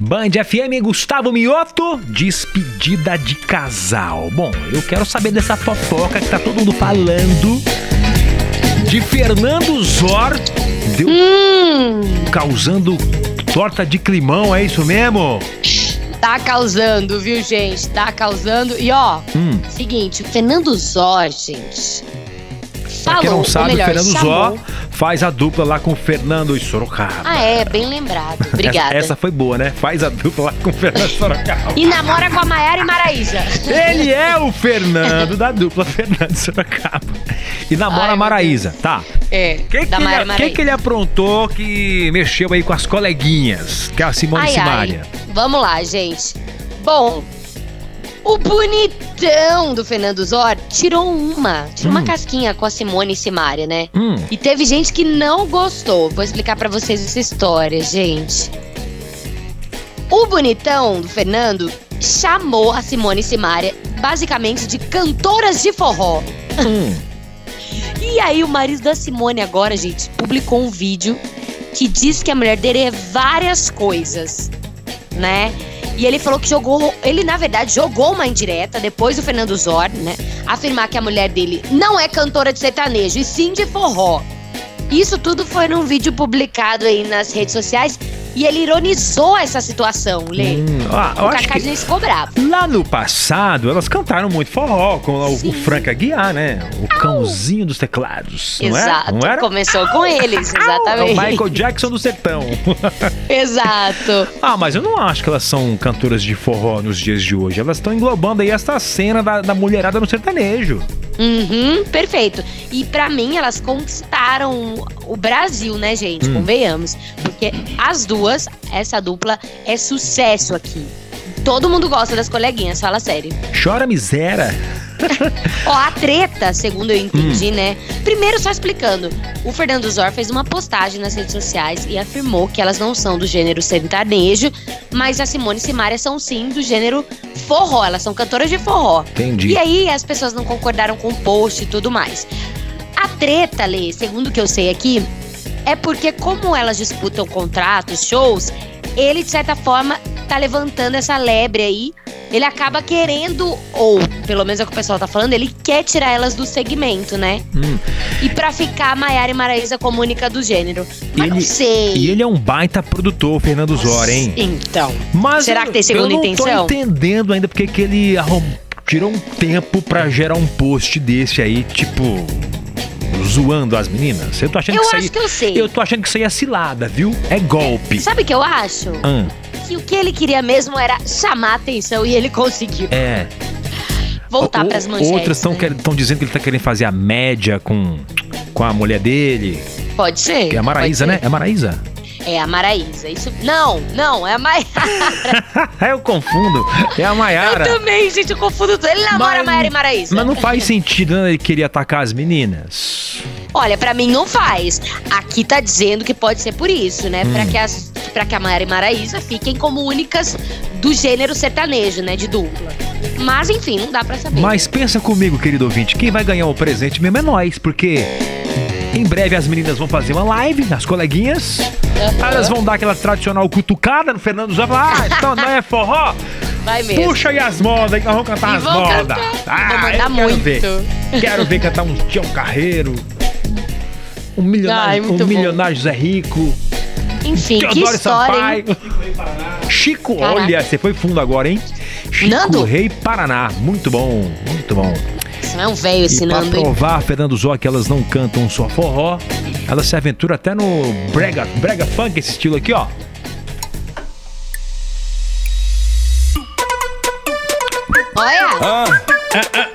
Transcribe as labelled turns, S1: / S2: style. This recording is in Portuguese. S1: Band FM Gustavo Mioto, despedida de casal. Bom, eu quero saber dessa fofoca que tá todo mundo falando de Fernando Zor deu
S2: Hum,
S1: causando torta de climão, é isso mesmo?
S2: tá causando, viu, gente? Tá causando. E ó,
S1: Hum.
S2: seguinte, o Fernando Zó, gente.
S1: Pra
S2: Falou,
S1: quem não sabe,
S2: Tá ou melhor,
S1: o Fernando
S2: chamou.
S1: Zó faz a dupla lá com o Fernando e Sorocaba.
S2: Ah, é, bem lembrado. Obrigada.
S1: Essa, essa foi boa, né? Faz a dupla lá com o Fernando e Sorocaba.
S2: E namora com a Maiara e Maraísa.
S1: Ele é o Fernando da dupla Fernando e Sorocaba. E namora
S2: Ai,
S1: a
S2: meu
S1: Maraísa, tá?
S2: É,
S1: O que, que,
S2: da
S1: ele-
S2: Maiara e
S1: que
S2: Maraísa.
S1: que ele aprontou que mexeu aí com as coleguinhas? Que é a Simone Simaria.
S2: Vamos lá, gente. Bom, o bonitão do Fernando Zor tirou uma. Tirou
S1: Hum.
S2: uma casquinha com a Simone e Simaria, né?
S1: Hum,
S2: E teve gente que não gostou. Vou explicar pra vocês essa história, gente. O bonitão do Fernando chamou a Simone e Simaria basicamente de cantoras de forró.
S1: hum.
S2: E aí o marido da Simone agora, gente, publicou um vídeo que diz que a mulher dele é várias coisas, né? E ele falou que jogou, ele na verdade jogou uma indireta depois do Fernando Zor, né? Afirmar que a mulher dele não é cantora de sertanejo e sim de forró. Isso tudo foi num vídeo publicado aí nas redes sociais e ele ironizou essa situação, Lê.
S1: hum. Ah, eu
S2: o
S1: acho
S2: Cacá
S1: que
S2: Diniz ficou bravo.
S1: Lá no passado, elas cantaram muito forró, com o,
S2: Sim.
S1: o Frank Aguiar, né? O cãozinho dos teclados. Não
S2: Exato.
S1: é? Não era?
S2: Começou com eles,
S1: É o
S2: exatamente.
S1: Michael Jackson do sertão.
S2: Exato.
S1: ah, mas eu não acho que elas são cantoras de forró nos dias de hoje. Elas estão englobando aí essa cena da, da mulherada no sertanejo.
S2: Uhum, perfeito. E pra mim, elas conquistaram o Brasil, né, gente?
S1: Hum.
S2: Convenhamos. Porque as duas, essa dupla, é sucesso aqui. Todo mundo gosta das coleguinhas, fala sério.
S1: Chora miséria.
S2: Ó, a treta, segundo eu entendi, né? Primeiro, só explicando. O Fernando Zor fez uma postagem nas redes sociais e afirmou que elas não são do gênero sertanejo, mas a Simone e Simaria são sim do gênero forró. Elas são cantoras de forró.
S1: Entendi.
S2: E aí as pessoas não concordaram com o post e tudo mais. A treta, Lê, segundo o que eu sei aqui, é porque como elas disputam contratos, shows, ele de certa forma tá levantando essa lebre aí. Ele acaba querendo, ou pelo menos é o que o pessoal tá falando, ele quer tirar elas do segmento, né?
S1: Hum.
S2: E pra ficar Maiara e Maraísa como única do gênero. Mas não
S1: Ele-
S2: sei.
S1: E ele é um baita produtor, Fernando Zora, hein?
S2: Então.
S1: Mas
S2: Será
S1: eu-
S2: que tem segunda
S1: eu não
S2: intenção?
S1: tô entendendo ainda porque que ele arrum... tirou um tempo pra gerar um post desse aí, tipo zoando as meninas. Eu tô achando
S2: Eu
S1: que isso
S2: acho
S1: aí
S2: que é eu sei.
S1: eu tô achando que isso aí é cilada, viu? É golpe. Hum,
S2: Sabe o que eu acho?
S1: Ahn,
S2: Que o que ele queria mesmo era chamar atenção e ele conseguiu.
S1: é.
S2: voltar
S1: O-
S2: pras manchetes.
S1: Outras estão
S2: né?
S1: dizendo que ele tá querendo fazer a média com com a mulher dele,
S2: Pode ser.
S1: que é a Maraísa, né?
S2: pode
S1: É a Maraísa?
S2: ser. É a Maraísa. Isso... Não, não, é a Maiara.
S1: eu confundo. É a Maiara.
S2: Eu também, gente, eu confundo tudo. Ele namora
S1: Mas-
S2: a Maiara e Maraísa.
S1: Mas não faz sentido, né? Ele queria atacar as meninas.
S2: Olha, pra mim não faz. Aqui tá dizendo que pode ser por isso, né?
S1: Hum.
S2: Pra que as para que a Maiara e Maraísa fiquem como únicas do gênero sertanejo, né, de dupla. Mas enfim, não dá pra saber.
S1: Mas pensa comigo, querido ouvinte, quem vai ganhar o presente mesmo é nós, porque em breve as meninas vão fazer uma live, as coleguinhas. Aí Elas vão dar aquela tradicional cutucada no Fernando Zé, falar, ah, então não é forró?
S2: Vai mesmo.
S1: Puxa aí as modas, que nós vamos
S2: E
S1: cantar as
S2: vão
S1: modas.
S2: cantar. Vão
S1: Ah,
S2: mandar
S1: eu quero
S2: muito.
S1: ver. Quero ver cantar um Tião Carreiro. Um milionário,
S2: Ai, muito
S1: um
S2: bom.
S1: milionário José Rico.
S2: Enfim, que
S1: Teodoro
S2: história, hein?
S1: Sampaio. Chico,
S2: Caraca.
S1: olha, você foi fundo agora, hein? Chico
S2: Nando?
S1: Rei Paraná. Muito bom, muito bom.
S2: Isso não é um velho
S1: E pra
S2: ensinando, hein?
S1: provar, Fernando Zó, que elas não cantam só forró, elas se aventuram até no brega, brega funk, esse estilo aqui, ó.
S2: Olha!
S3: Ah,
S1: Ah, ah,